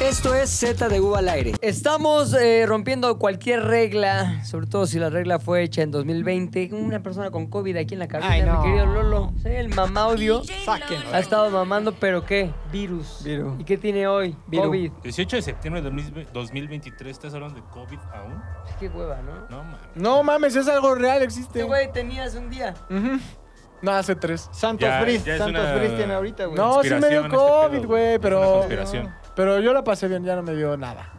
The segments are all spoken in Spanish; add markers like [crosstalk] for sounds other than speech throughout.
Esto es Z de U al aire. Estamos eh, rompiendo cualquier regla, sobre todo si la regla fue hecha en 2020. Una persona con COVID aquí en la cabina, Ay, no. mi querido Lolo. Sí, el mamá audio Sáquenlo. ha estado mamando, pero ¿qué? Virus. Viru. ¿Y qué tiene hoy? Viru. COVID. 18 de septiembre de 2020 2023, ¿estás hablando de COVID aún? Qué hueva, ¿no? No mames. No mames, es algo real, Este existe. güey tenías un día. Ujú. No, hace tres. Santos Ya- Brist, ya es Santos una- Brist tiene ahorita, güey. No, sí me Conspiración, dio este COVID, pedo, güey, es una pero. conspiración. Pero yo la pasé bien, ya no me dio nada.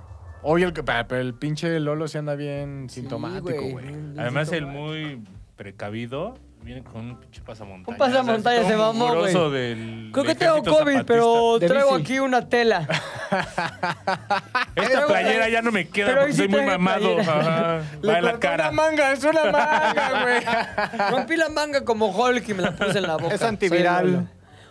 Hoy el, pero el pinche Lolo se anda bien sintomático, güey. güey. Además, el muy precavido viene con un pinche pasamontañas. Un pasamontañas O sea, se todo mamó, güey. mugroso del- Creo que del tengo ejército COVID, pero [laughs] De traigo bici. aquí una tela. zapatista. Esta playera ya no me queda pero hoy porque sí soy muy traje mamado. [laughs] playera. ajá. Le Va en la cortó cara. Una manga, es una [laughs] [laughs] manga, güey. Rompí la manga como Hulk y me la puse en la boca. Es antiviral. Soy Lolo.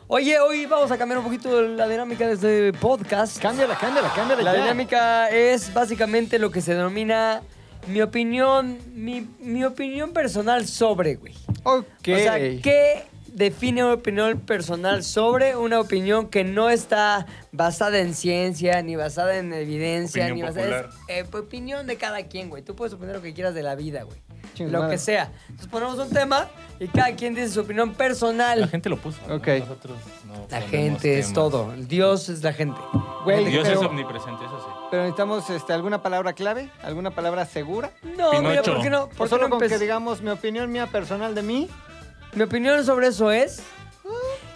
Oye, hoy vamos a cambiar un poquito la dinámica de este podcast. Cámbiala, cámbiala, cámbiala. La ya. dinámica es básicamente lo que se denomina mi opinión, mi, mi opinión personal sobre, güey. Ok. O sea, ¿qué define una opinión personal sobre una opinión que no está basada en ciencia, ni basada en evidencia, Opinión ni basada popular. en eh, pues, opinión de cada quien, güey? Tú puedes opinar lo que quieras de la vida, güey. Chingos Lo madre. que sea. Entonces ponemos un tema y cada quien dice su opinión La personal. gente lo puso. ¿no? Ok. Nosotros no La ponemos gente es temas. todo. Dios es la gente. Güey, Dios pero, es omnipresente, eso sí. pero necesitamos este, alguna palabra clave, alguna palabra segura. No, mira, Pinocho. ¿por qué no? O ¿Por qué solo no con que empezamos? digamos mi opinión mía personal de mí. Mi opinión sobre eso es.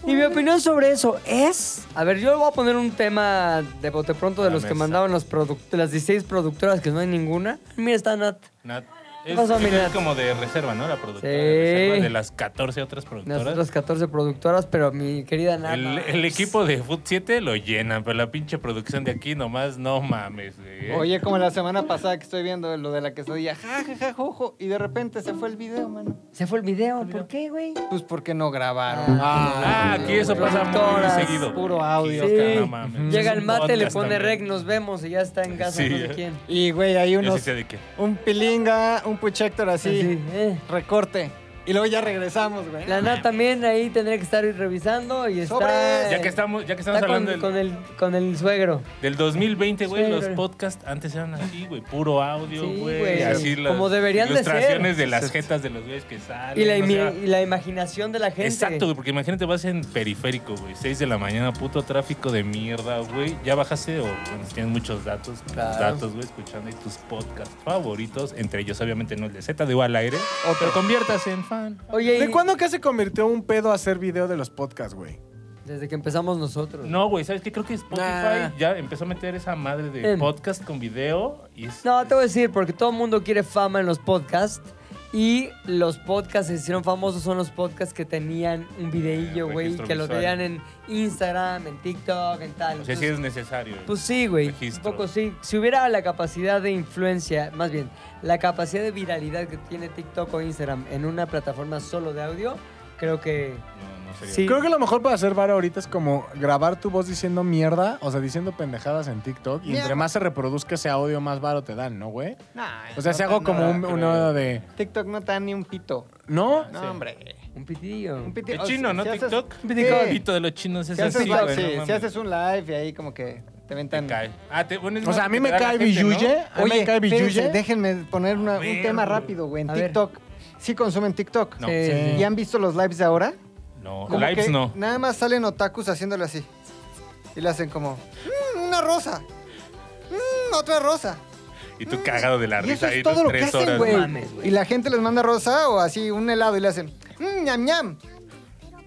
Y mi opinión sobre eso es. A ver, yo voy a poner un tema de bote pronto de La los que mesa. mandaban los produc- de las 16 productoras que no hay ninguna. Mira, está Nat. Nat, ¿Qué es, pasó, mi es Nat? como de reserva, ¿no? La productora Sí. de reserva de las 14 otras Las productoras. otras 14 productoras, pero mi querida Nat. El, el equipo de Food 7 lo llenan, pero la pinche producción de aquí nomás no mames, güey. ¿eh? Oye, como la semana pasada que estoy viendo lo de la quesadilla, ja, ja, ja, jojo, y de repente se fue el video, mano. Se fue el video. ¿Por qué, güey? Pues porque no grabaron. Ah, aquí eso pasa muy Productoras, seguido. puro audio, Sí. cabrón. No mames. Llega Es el un mate, le podcast pone también. rec, nos vemos y ya está en casa. Sí. no sé quién. Y güey, hay Yo sí unos sé de qué. un pilinga, un puchector así, Así, eh. recorte. Y luego ya regresamos, güey. La Nat también ahí tendría que estar revisando y está. Sobres. Ya que estamos, ya que estamos Está con, hablando del, con el, con el suegro. del 2020, güey, Sí, los güey. podcasts antes eran así, güey, puro audio, Sí, güey. güey. así las Como deberían de ser. ilustraciones de las jetas de los güeyes que salen. Y la, o imi- sea, y la imaginación de la gente. Exacto, güey, porque imagínate, vas en periférico, güey, 6 de la mañana, puto tráfico de mierda, güey. Ya bajaste, o bueno, si tienes muchos datos, tus Claro. datos, güey, escuchando ahí tus podcasts favoritos, entre ellos, obviamente, no el de Z de U al aire, pero conviertas en fan. Oye, ¿De y- cuándo que se convirtió un pedo a hacer video de los podcasts, güey? Desde que empezamos nosotros. No, güey, ¿sabes qué? Creo que Spotify Nah. ya empezó a meter esa madre de Em. podcast con video y es- No, te voy a decir, porque todo el mundo quiere fama en los podcasts. Y los podcasts que se hicieron famosos son los podcasts que tenían un videillo, Ah, güey, registro que los visual. veían en Instagram, en TikTok, en tal. O sea, sí Entonces, es necesario. Pues sí, güey. Un registro. poco sí. Si hubiera la capacidad de influencia, más bien, la capacidad de viralidad que tiene TikTok o Instagram en una plataforma solo de audio, creo que. No, no sería. Sí. Creo que lo mejor para hacer vara ahorita es como grabar tu voz diciendo mierda, o sea, diciendo pendejadas en TikTok. Y entre más se reproduzca ese audio, más varo te dan, ¿no, güey? Nah, O sea, no si hago tan como nada. un, un audio de... TikTok no te da ni un pito. ¿No? No, Sí. hombre. Un pitidillo. Un piti- De o chino, si- ¿no? si haces- TikTok. Sí. El pito de los chinos es Si haces así, live, güey, sí, no si mames. haces un live y ahí como que te Te ventan. cae. Ah, te- bueno, es O sea, más a mí que me te da la cae gente, ¿no? Villuye. A mí Oye, me cae espérense, Villuye. déjenme poner una- un Ver, tema güey. rápido, güey. En A ver. TikTok, ¿sí consumen TikTok? No. Sí, Sí. sí. ¿Y han visto los lives de ahora? No, Como lives que no. Nada más salen otakus haciéndolo así. Y le hacen como, "Mm, una rosa. Mm, otra rosa. Y tú cagado de la Y eso risa ahí es tus todo lo que tres hacen, horas. güey. ¿no? mames, güey. Y la gente les manda rosa o así un helado y le hacen, "Mm, ñam ñam.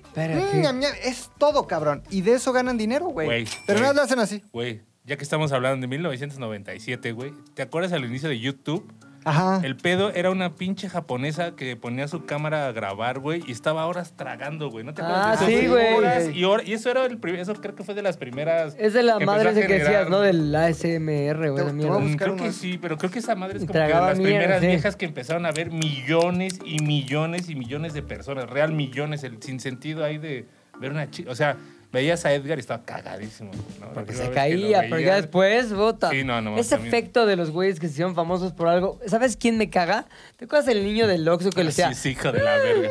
Espérate. Mm, ñam, ñam". Es todo, cabrón. Y de eso ganan dinero, güey. Güey, Pero güey. nada más lo hacen así. Güey, ya que estamos hablando de 1997, güey. ¿Te acuerdas al inicio de YouTube? Ajá. El pedo era una pinche japonesa que ponía su cámara a grabar, güey, y estaba horas tragando, güey. ¿No te acuerdas? Ah, de eso? sí, güey. Horas Y, hor- y eso era el primer, eso creo que fue de las primeras. Es de la que madre empezó esa a que decías, generar- ¿no? Del ASMR, güey. Te- la te mierda. voy a Mm, buscar Creo que unas. sí, pero creo que esa madre es como que de Tragaba las mierda, primeras sí. viejas que empezaron a ver millones y millones y millones de personas, real millones, el sinsentido ahí de ver una chica. O sea, veías a Edgar y estaba cagadísimo. ¿no? La Porque se primera vez que lo caía, pero ya veías. después, bota. Sí, no, no, Ese también. efecto de los güeyes que se hicieron famosos por algo. ¿Sabes quién me caga? ¿Te acuerdas del niño del Oxxo que le Sí, decía? Ah, sí, hijo de la verga.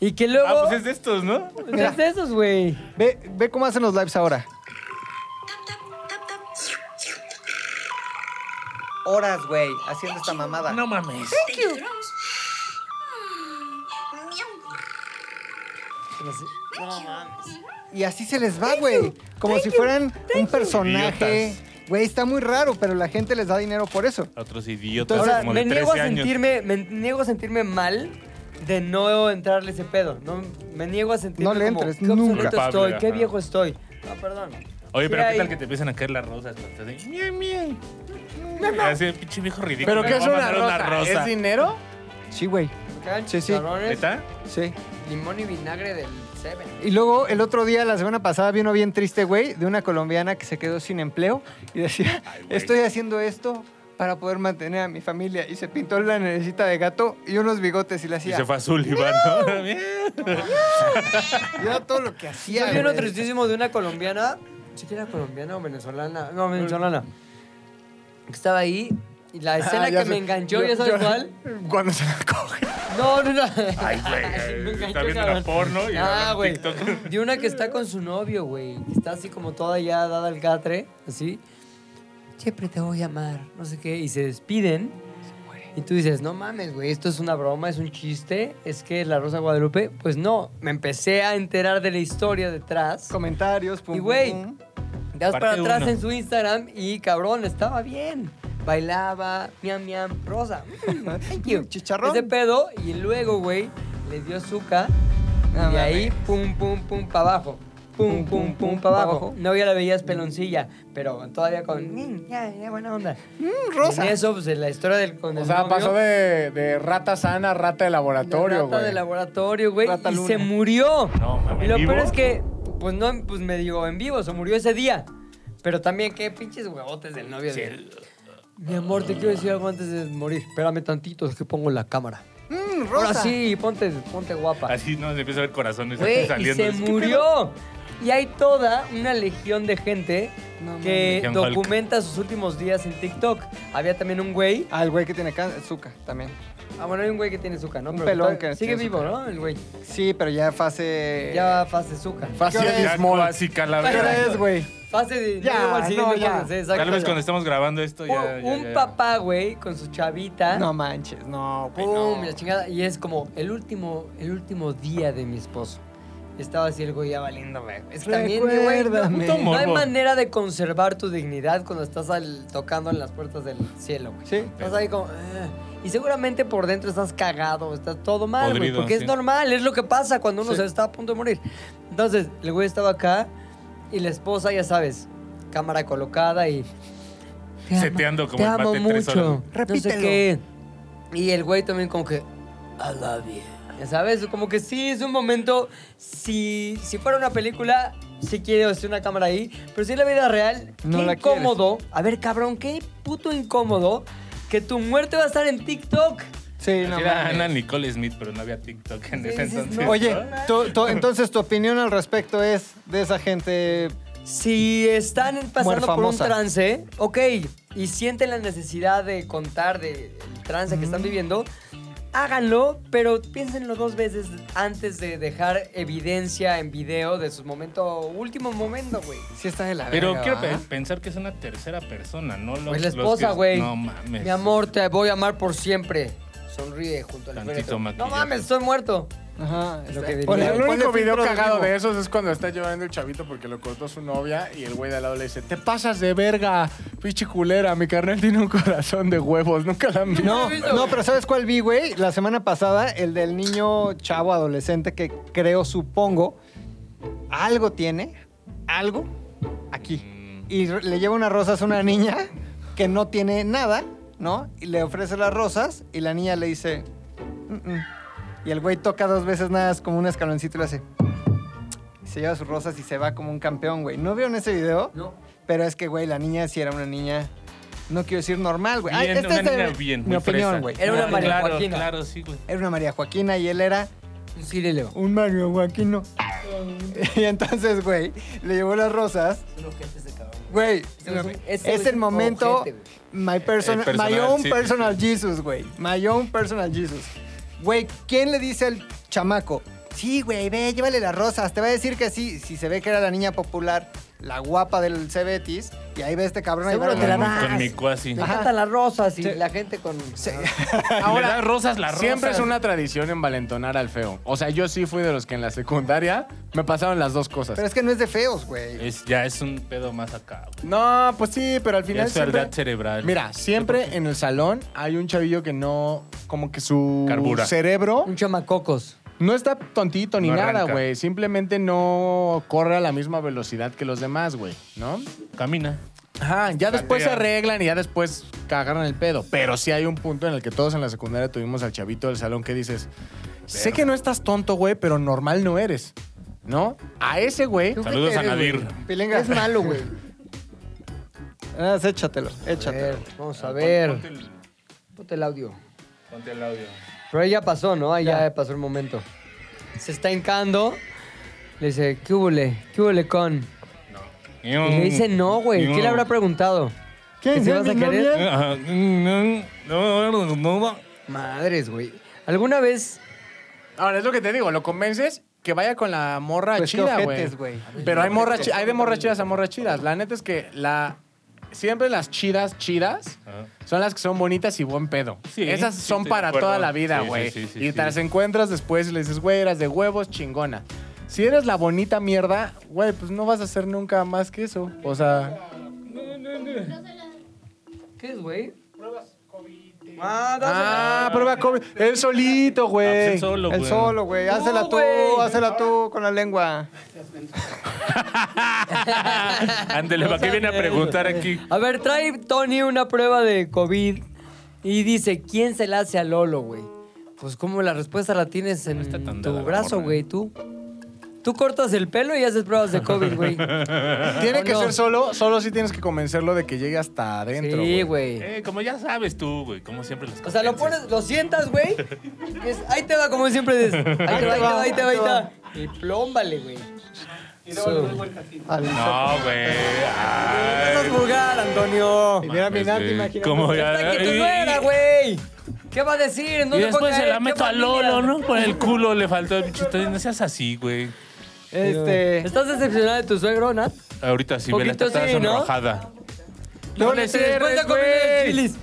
Y que luego. Ah, pues es de estos, ¿no? pues [laughs] es de esos, güey. Ve, ve cómo hacen los lives ahora. Tap, tap, tap, tap. horas, güey, haciendo esta mamada. No mames. No mames. Y así se les va, güey. Como si fueran un personaje. Güey, está muy raro, pero la gente les da dinero por eso. A Otros idiotas Ahora, como me de niego, a 13 años. sentirme, me niego a sentirme mal de no entrarle ese pedo. No, me niego a sentirme No le como, entres, qué nunca. obsoleto Culpable, estoy, qué ajá. viejo estoy. No, perdón. Oye, Sí pero ¿qué hay- tal que te empiezan a caer las rosas? Estás ahí, Mie, mie. Y Así, pinche viejo ridículo. ¿Pero me qué voy es a una mandar rosa? ¿Es dinero? Sí, güey. Me cagan Sí, sí. chicharrones, ¿Neta? Sí. Limón y vinagre del Seven. Y luego, el otro día, la semana pasada, vi uno bien triste, güey, de una colombiana que se quedó sin empleo y decía, Ay, güey. estoy haciendo esto para poder mantener a mi familia. Y se pintó la naricita de gato y unos bigotes y le Y hacía. se fue azul, Iván. [laughs] ¿no? Y era todo lo que hacía, Yo vi uno güey. tristísimo de una colombiana, siquiera colombiana o venezolana, no, venezolana, que estaba ahí y la escena Ah, que ya sé. me enganchó, Yo- ¿ya sabes yo- cuál? [laughs] Cuando se la coge. No, no, no. Ay, güey, [laughs] eh, Me enganchó, está viendo cabrón. una porno [laughs] y Ah, ahora güey. TikTok. De una que está con su novio, güey. que Está así como toda ya dada al catre, así. Siempre te voy a amar, no sé qué. Y se despiden. Y tú dices, no mames, güey, esto es una broma, es un chiste, es que es la Rosa Guadalupe. Pues no, me empecé a enterar de la historia detrás. Comentarios, pum, Y, pum, güey, pum. Te vas Parte para atrás uno. en su Instagram y cabrón, estaba bien. Bailaba, miam, miam, rosa. Mm, thank you. Chicharrón. Ese pedo y luego, güey, le dio azúcar Ah, y de ahí, pum, pum, pum, para abajo. Pum, pum, pum, para abajo. No, ya la veías peloncilla, pero todavía con. mm, Ya, ya, buena onda. Mm, rosa. Y en eso, pues, en la historia del. Con O el sea, novio, pasó de, de rata sana a rata de de laboratorio, rata güey. de laboratorio, güey. Rata Y luna. se murió. No, mames, Y lo ¿en peor vivo? es que, pues no, pues me digo en vivo, se murió ese día. Pero también, qué pinches huevotes del novio. Sí. de- Mi amor, te quiero decir algo antes de morir. Espérame tantito, es que pongo la cámara. Mm, Ahora rosa. sí, ponte, ponte guapa. Así no, se empieza a ver corazones Güey, y saliendo. se Es que murió. Y hay toda una legión de gente que No mames. Legión Hulk. documenta sus últimos días en TikTok. Había también un güey. Ah, el güey que tiene can- azúcar también. Ah, bueno, hay un güey que tiene azúcar, ¿no? Un Pero pelón todavía- que sigue tiene Eh. vivo, azúcar. ¿no? El güey. Sí, pero ya fase. Ya fase azúcar. Fácil ¿Qué hora es? Ya Bismol. casi ¿Qué hora calavera. es, güey? Fase de Ya, nuevo al siguiente no, ya. fase, exacto. Tal vez cuando estamos grabando esto ya. un, ya, un ya. papá, güey, con su chavita. No manches, no. güey. pum, y la Oh, chingada. Y es como el último, el último día de mi esposo. Estaba así el güey ya valiendo, güey. Es que también, güey, no, Recuérdame. no hay Morbo. manera de conservar tu dignidad cuando estás al- tocando en las puertas del cielo, güey. Sí. Estás ahí como... "Ah". Y seguramente por dentro estás cagado, está todo mal, güey. Podrido, Porque sí. es normal, es lo que pasa cuando uno Sí. se está a punto de morir. Entonces, el güey estaba acá y la esposa, ya sabes, cámara colocada y... "Te amo, Seteando como te el amo mate tres horas. mucho. No sé Repítelo. qué. Y el güey también como que... I love you. Ya sabes, como que sí, es un momento... Si, si fuera una película, sí quiero hacer una cámara ahí. Pero si es la vida real, No qué la quieres. incómodo. A ver, cabrón, qué puto incómodo que tu muerte va a estar en TikTok. Sí, no. Así era mames. Ana Nicole Smith, pero no había TikTok en Sí, ese dices, entonces. no. Oye, ¿no? tu- tu- entonces tu opinión al respecto es de esa gente. Si están pasando por un famosa. trance, ok, y sienten la necesidad de contar del trance que están viviendo, háganlo, pero piénsenlo dos veces antes de dejar evidencia en video de su momento, último momento, güey. Sí, está de la Pero verga, quiero ¿va? pe- pensar que es una tercera persona, ¿no? Los, Pues la los que- esposa, güey. No mames. Mi amor, te voy a amar por siempre. Sonríe junto al Tantito féretro. No maquillaje. mames, estoy muerto. Ajá. Lo que Bueno, Ponle- el único video filtro de cagado vivo. de esos es cuando está llorando el chavito porque lo cortó su novia y el güey de al lado le dice, te pasas de verga, pinche culera, mi carnal tiene un corazón de huevos, nunca la han visto. No, no, pero ¿sabes cuál vi, güey? La semana pasada, el del niño chavo adolescente que creo, supongo, algo tiene, algo, aquí. Mm, Y r- le lleva unas rosas a una niña que no tiene nada, ¿no? Y le ofrece las rosas y la niña le dice, "Mm, mm". y el güey toca dos veces nada, es como un escaloncito y le hace, y se lleva sus rosas y se va como un campeón, güey. ¿No vieron ese video? No. Pero es que, güey, la niña sí era una niña. No quiero decir normal, Ah, güey. Ay, este Bien, esta una es de- niña bien, mi muy opinión, fresa. güey. Era una No, María claro, Joaquina. Claro, sí, güey. Era una María Joaquina y él era Un cirileo. un Mario Joaquino. [laughs] Y entonces, güey, le llevó las rosas. Son ojetes de cabrón. Güey, Ese güey es un- es, ese güey es el un momento. ojete, güey. my, person- Eh, personal, my own sí, personal Jesus, güey. My own personal Jesus. Güey, ¿quién le dice al chamaco? sí, güey, ve, llévale las rosas. Te va a decir que sí, si se ve que era la niña popular, la guapa del Cebetis, y ahí ve este cabrón ahí va Seguro la te la niña. das. Con mi cuasi. Me Le [laughs] encantan las rosas y la gente con... da rosas, las rosas. Siempre es una tradición envalentonar al feo. O sea, yo sí fui de los que en la secundaria me pasaron las dos cosas. Pero es que no es de feos, güey. Es- ya es un pedo más acá. güey. No, pues sí, pero al final. Ya es siempre- verdad cerebral. Mira, siempre en el salón hay un chavillo que no. Como que su Carbura. cerebro Un chamacocos. no está tontito ni No nada, arranca. güey. Simplemente no corre a la misma velocidad que los demás, güey, ¿no? Camina. Ajá, ya después se Gatea. arreglan y ya después cagaron el pedo. Pero sí hay un punto en el que todos en la secundaria tuvimos al chavito del salón que dices, sé que no estás tonto, güey, pero normal no eres, ¿no? A ese güey, ¿Tú qué Saludos a eres, güey? Nadir. Pilinga. Es malo, güey. Nada más Ah, échatelo, A ver, échatelo. vamos a ver. Ponte el, Ponte Ah, el audio. ponte el audio. Pero ahí ya pasó, ¿no? Ahí ya, pasó el momento. Se está hincando. Le dice, ¿qué hubole? ¿Qué hubole con? Y Y le dice, no, güey. ¿Qué le habrá preguntado? ¿Que si ¿Es vas a mi querer? novia? [laughs] Ajá. Mm, No, no, no. Madres, güey. ¿Alguna vez ahora es lo que te digo, lo convences que vaya con la morra Pues qué chida, ojetes, güey. güey. Pero hay, morra chi- hay de morras chidas a morras chidas. La neta es que la... Siempre las chidas, chidas, Ah, Ajá. son las que son bonitas y buen pedo. Sí, Esas sí, son estoy de para acuerdo. toda la vida, Sí, sí, güey. sí, sí, y sí. te las encuentras después y le dices, güey, eras de huevos, chingona. Si eres la bonita mierda, güey, pues no vas a hacer nunca más que eso. O sea, ¿Qué es, güey? Pruebas COVID. Ah, dásela. ah, prueba COVID. Él solito, Ah, pues güey. él solo, El güey. [laughs] solo, güey. Hácela tú, güey. hácela tú con la lengua. Ándele, ¿para qué viene a preguntar aquí? A ver, trae Tony una prueba de COVID y dice, ¿quién se la hace a Lolo, güey? Pues como la respuesta la tienes en está tan dada tu la brazo, morra. güey, tú. Tú cortas el pelo y haces pruebas de COVID, güey. Tiene ¿O que no? ser solo, solo si tienes que convencerlo de que llegue hasta adentro. Sí, güey. güey. Eh, como ya sabes tú, güey, como siempre los O sea, lo convences. pones, lo sientas, güey. y es, Ahí te va, como siempre dices. Ahí te va, ahí te va, ahí te va, ahí te va. Y plómbale, güey. Eso. Al- No, güey. Ay, Estás vulgar, Antonio. Y mira mi mames, Nati, güey. imagínate. Como ya. Está aquí tu Y- nuera, güey. ¿Qué va a decir? ¿En Y dónde fue después a se caer? la ¿Qué meto a familia? Lolo, ¿no? Por el culo le faltó el bichito. No seas así, güey. Este. ¿Estás decepcionada de tu suegro, Nat? Ahorita sí, ve la Poquito está sí, ¿no? sonrojada. No le Después de cierres, comer el güey. chilis.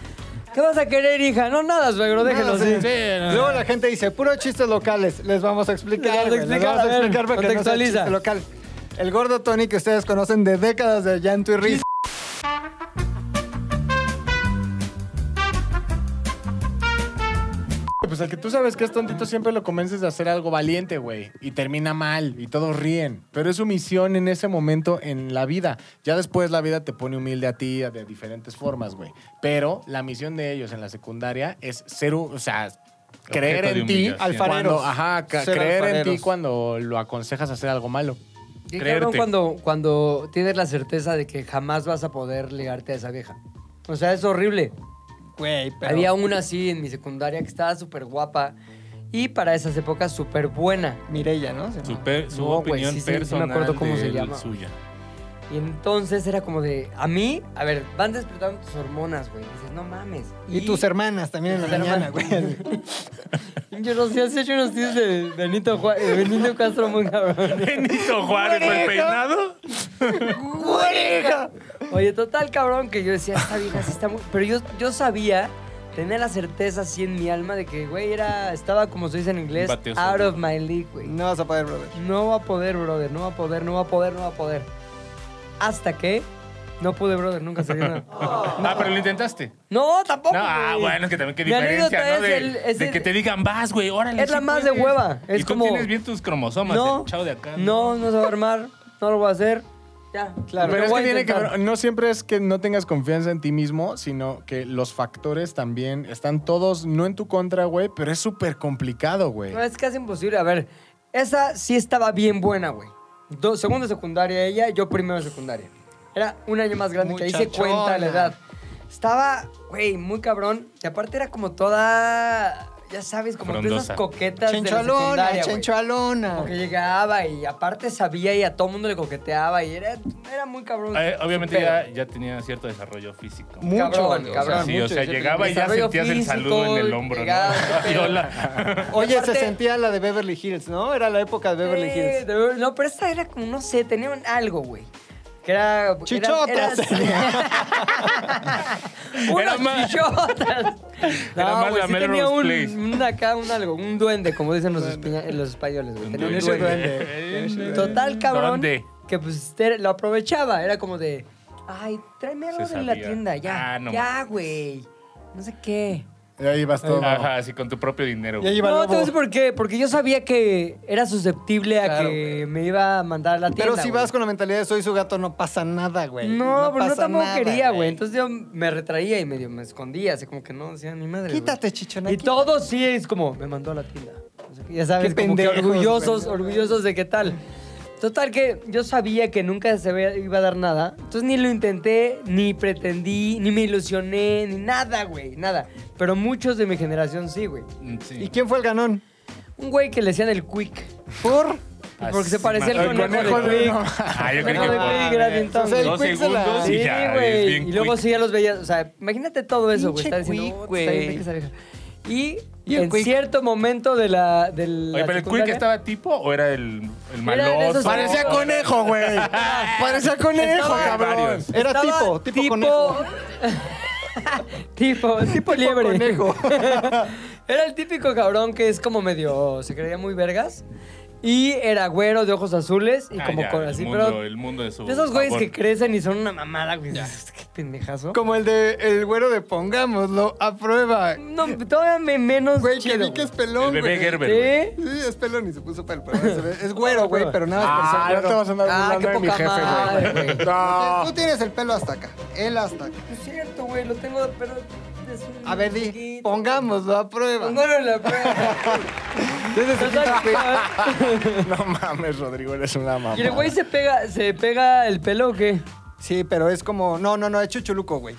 ¿Qué vas a querer, hija? No, nada, suegro, déjalo Nada, así. sí. Luego la gente dice, puros chistes locales. Les vamos a Les explicar. vamos a güey, Les explicar, vamos a a ver, explicar porque no es el contextualiza. chiste local. El gordo Tony que ustedes conocen de décadas de llanto y risa. Pues al que tú sabes que es tontito siempre lo convences de hacer algo valiente, güey. Y termina mal y todos ríen. Pero es su misión en ese momento en la vida. Ya después la vida te pone humilde a ti de diferentes formas, güey. Pero la misión de ellos en la secundaria es ser, u- o sea, creer de en ti humillación. alfarero. Alfareros. Ajá, ca- Ser creer en ti alfareros. cuando lo aconsejas hacer algo malo. Qué Creerte. cabrón cuando, cuando tienes la certeza de que jamás vas a poder ligarte a esa vieja. O sea, es horrible. Güey, pero... Había una así en mi secundaria que estaba súper guapa y para esas épocas súper buena. Mireya, ¿no? Se llama. Su, per- su No, güey, opinión sí, sí, sí me personal. acuerdo cómo se de él llama. Suya. Y entonces era como de, a mí, a ver, van despertando tus hormonas, güey. Dices, no mames. Y tus hermanas también en la Tus mañana, güey. hermanas. [laughs] Yo no sé, has hecho unos tíos de Benito, Juárez, de Benito Castro muy cabrón. [laughs] Benito Juárez, fue el peinado. Oye, total cabrón que yo decía, esta vieja sí está muy... Pero yo, yo sabía, tenía la certeza así en mi alma de que, güey, era, estaba como se dice en inglés, Bateo out seguro. of my league, güey. No vas a poder, brother. No va a poder, brother, no va a poder, no va a poder, no va a poder. Hasta que no pude, brother, nunca se dio [laughs] nada. Ah, pero lo intentaste. No, tampoco. No, Oh, ah, güey. bueno, es que también qué Mi diferencia, anécdota ¿no? es De, el- es de el- que te digan, vas, güey, órale. Es la sí más de puedes". hueva, es y tú como- tienes bien tus cromosomas. No, el chavo de acá. no, no se va a armar, no lo voy a hacer. Ya, claro. Pero lo es voy que a tiene que intentar. ver- no siempre es que no tengas confianza en ti mismo, sino que los factores también están todos, no en tu contra, güey, pero es súper complicado, güey. No, es casi imposible. A ver, esa sí estaba bien buena, güey. Do- segundo de secundaria ella, yo primero de secundaria. Era un año más grande que ahí se Muchachona. cuenta la edad. Estaba, güey, muy cabrón. Y aparte era como toda... ya sabes, como que Frondosa. esas coquetas de la Chenchualona, secundaria, güey. chenchualona. Como que llegaba y aparte sabía y a todo mundo le coqueteaba y era, era muy cabrón. Eh, obviamente Pero- ya, ya tenía cierto desarrollo físico. Mucho, Cabrón, güey, o sea, cabrón, sí, mucho. o sea, Yo te- llegaba y ya desarrollo sentías el saludo en el hombro, llegaba, [laughs] ¿no? Y pero- hola. Oye, Aparte- se sentía la de Beverly Hills, ¿no? Era la época de Beverly Sí, Hills. Eh, de Beverly- No, pero esta era como, no sé, tenían algo, güey. Que era... era- Chichotas. [laughs] era- Unas Era más- chichotas. [laughs] era No, más güey, la sí tenía Melrose un, Place. un acá, un algo, un duende, como dicen los, espi- los españoles, güey. Tenía un Ese duende. duende. Total, cabrón. ¿Dónde? Que pues te- lo aprovechaba. Era como de, ay, tráeme algo de Se la sabía. tienda, ya. Ah, no ya, güey. No sé qué. Y ahí vas todo. Ajá, así con tu propio dinero. Y ahí iba No, Lobo. te voy a decir por qué. Porque yo sabía que era susceptible a Claro, que me iba a mandar a la tienda. Pero si güey. vas con la mentalidad de soy su gato, no pasa nada, güey. No, pero no pasa tampoco nada, quería, güey. Entonces yo me retraía y medio me escondía, así como que no decía ni madre. güey". Quítate, chichona. Y quítate. todo sí es como, me mandó a la tienda. O sea, que Ya sabes, Qué como que pendejos, orgullosos, güey. orgullosos de qué tal. Total que yo sabía que nunca se ve- iba a dar nada. Entonces ni lo intenté, ni pretendí, ni me ilusioné, ni nada, güey, nada. Pero muchos de mi generación sí, güey. Mm, sí. ¿Y quién fue el ganón? Un güey que le decían el quick. ¿Por? Porque se Así, parecía ma- al el conejo, conejo de de- Quick. Ah, yo creo Conejo que de fue. Quick era bien entonces tonto. el Dos Quick se la- segundos Sí, y ya. es güey. bien Y luego quick. sí ya los veías. O sea, imagínate todo eso, güey. Pinche Estás diciendo, quick, "Oh, está bien güey". rica esa vieja". Y, Y el en quick. cierto momento de la. De la Oye, pero el quick secundaria- estaba tipo o era el, el Era de maloso. esos- Parecía No. conejo, [laughs] güey. Parecía conejo, Estaba- cabrón. Era Estaba tipo, tipo, conejo. [laughs] [laughs] tipo, tipo liebre. conejo. [laughs] era el típico cabrón que es como medio. Se creía muy vergas. Y era güero de ojos azules y Ah, como ya, con el así, mundo- pero. el mundo de su De esos güeyes favor. que crecen y son una mamada, güey. dices, Qué pendejazo. Como el de el güero de Pongámoslo, a prueba. No, todavía me menos. Güey, que chido, vi que es pelón, güey. El bebé Gerber. ¿Sí? Sí, es pelón y se puso para el programa. Es güero, güey, pero nada más por Ah, ser no te güero. vas a andar Ah, burlando qué de mi poca jefe, madre, güey. güey. No. Tú tienes el pelo hasta acá, él hasta acá. Es cierto, güey, lo tengo, pero es un pues. A ver, di, poquito. pongámoslo a prueba. Pongámoslo en la [laughs] prueba. Total, [laughs] No mames, Rodrigo, eres una mamá. ¿Y el güey se pega, se pega el pelo o qué? Sí, pero es como. No, no, no, es Chuchuluco, güey.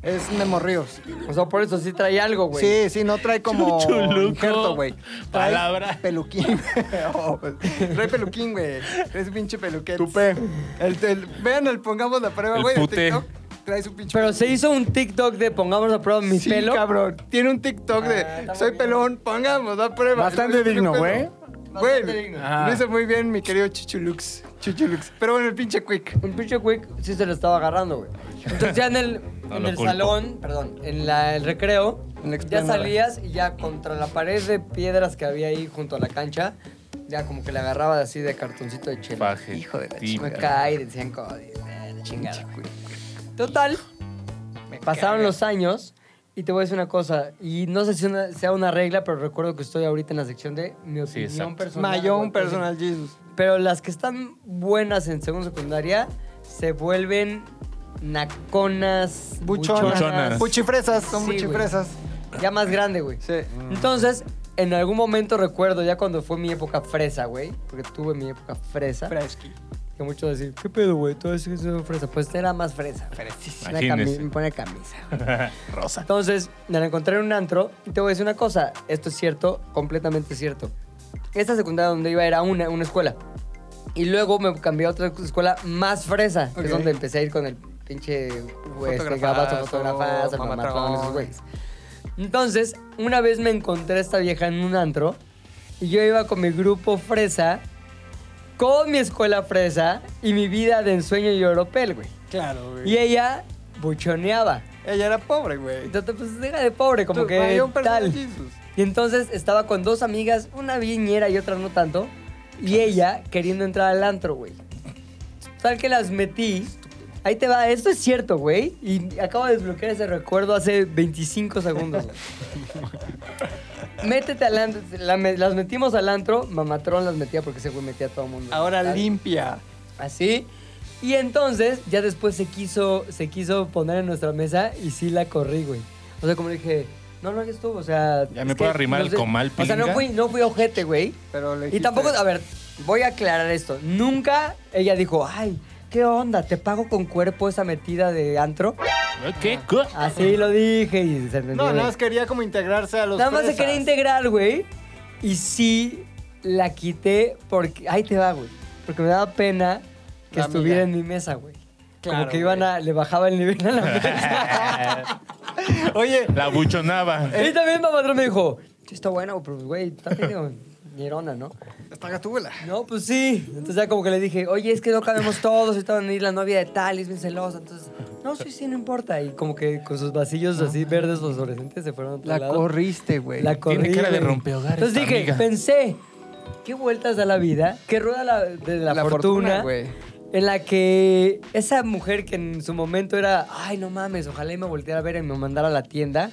Es Memo Ríos. O sea, por eso sí trae algo, güey. Sí, sí, no [laughs] trae como. Chuchuluco. injerto, güey. Trae Palabra. Peluquín. [laughs] Oh, pues, trae peluquín, güey. Es pinche peluquete. Tupé. El, el- vean, el pongamos la prueba, El güey. de puté. TikTok. Trae su pinche Pero se hizo un TikTok de pongamos a prueba mi sí, pelo. cabrón. Tiene un TikTok Ah, de está soy bonito. pelón, pongamos, da prueba. Bastante El güey tiene digno, pelo. güey. Bastante Güey, digno. Ajá. Ah. lo hizo muy bien mi querido Chuchulux. Chuchulux. Pero bueno, el pinche quick. Un pinche quick sí se lo estaba agarrando, güey. Entonces ya en [laughs] el, No en lo el culpo. salón, perdón, en la- el recreo, En la ya explanada. salías y ya contra la pared de piedras que había ahí junto a la cancha, ya como que le agarraba así de cartoncito de chela. Faje. Hijo de la Tipo. Me cae de 100 eh, chingada. güey. Total, pasaron los años y te voy a decir una cosa. Y no sé si una- sea una regla, pero recuerdo que estoy ahorita en la sección de mi Sí, opinión exacto. personal. Mayón güey, personal Jesus. Pero las que están buenas en segundo secundaria se vuelven naconas, Buchonas. Buchonas. Buchifresas, son Sí, güey. buchifresas. Ya más grande, güey. Sí. Mm. Entonces, en algún momento recuerdo, ya cuando fue mi época fresa, güey, porque tuve mi época fresa, Fresqui. que muchos decían, ¿qué pedo, güey? Todo eso es fresa. Pues era más fresa. güey. Una cami- Imagínese. Me pone camisa. Rosa. Entonces, me la encontré en un antro y te voy a decir una cosa. Esto es cierto, completamente cierto. Esta secundaria donde iba era una, una escuela. Y luego me cambié a otra escuela más fresa, que es Ok. donde empecé a ir con el pinche güey, este, Fotografazo, gabazo, fotógrafas, mamatrón. esos güeyes. Entonces, una vez me encontré a esta vieja en un antro y yo iba con mi grupo fresa, con mi escuela fresa y mi vida de ensueño y oropel, güey. Claro, güey. Y ella buchoneaba. Ella era pobre, güey. Entonces, pues deja de pobre, como Tú, que Mayón personal tal. Jesus. Y entonces estaba con dos amigas, una viñera y otra no tanto, y ella queriendo entrar al antro, güey. Tal que las metí. Ahí te va, esto es cierto, güey. Y acabo de desbloquear ese recuerdo hace 25 segundos. [laughs] güey. Métete al antro. la me- las metimos al antro. Mamatrón las metía porque ese güey metía a todo el mundo. Ahora Tal. limpia. Así. Y entonces, ya después se quiso, se quiso poner en nuestra mesa y sí la corrí, güey. O sea, como le dije, no lo hagas tú, o sea... Ya es me que puedo arrimar no el sé- comal, O sea, no pilinga. fui, no fui ojete, güey. Pero le Y dijiste- tampoco, a ver, voy a aclarar esto. Nunca ella dijo, ay, ¿Qué onda? ¿Te pago con cuerpo esa metida de antro? ¿Qué? ¿Qué? Así lo dije y se entendió. No, nada más quería como integrarse a los Nada más se fresas. quería integrar, güey. Y sí la quité porque. Ahí te va, güey. Porque me daba pena que La estuviera amiga. en mi mesa, güey. Claro, Como que iban a. Le bajaba el nivel a la [laughs] mesa. Oye, La buchonaba. y también Mamatrón me dijo: "Sí, Está bueno, pero, güey, está medio ñerona, ¿no? está gatúbela. No, pues sí. Entonces ya como que le dije, oye, es que no cabemos todos, ahorita van a venir la novia de tal, y es bien celosa. Entonces, no, sí, sí, no importa. Y como que con sus vasillos así verdes fluorescentes se fueron a otro La lado. corriste, güey. La corrí, cara de güey. rompehogares, Entonces dije, amiga. pensé, ¿qué vueltas da la vida? ¿Qué rueda la, de la, La fortuna? fortuna, güey. en la que esa mujer que en su momento era, ay, no mames, ojalá y me volteara a ver y me mandara a la tienda,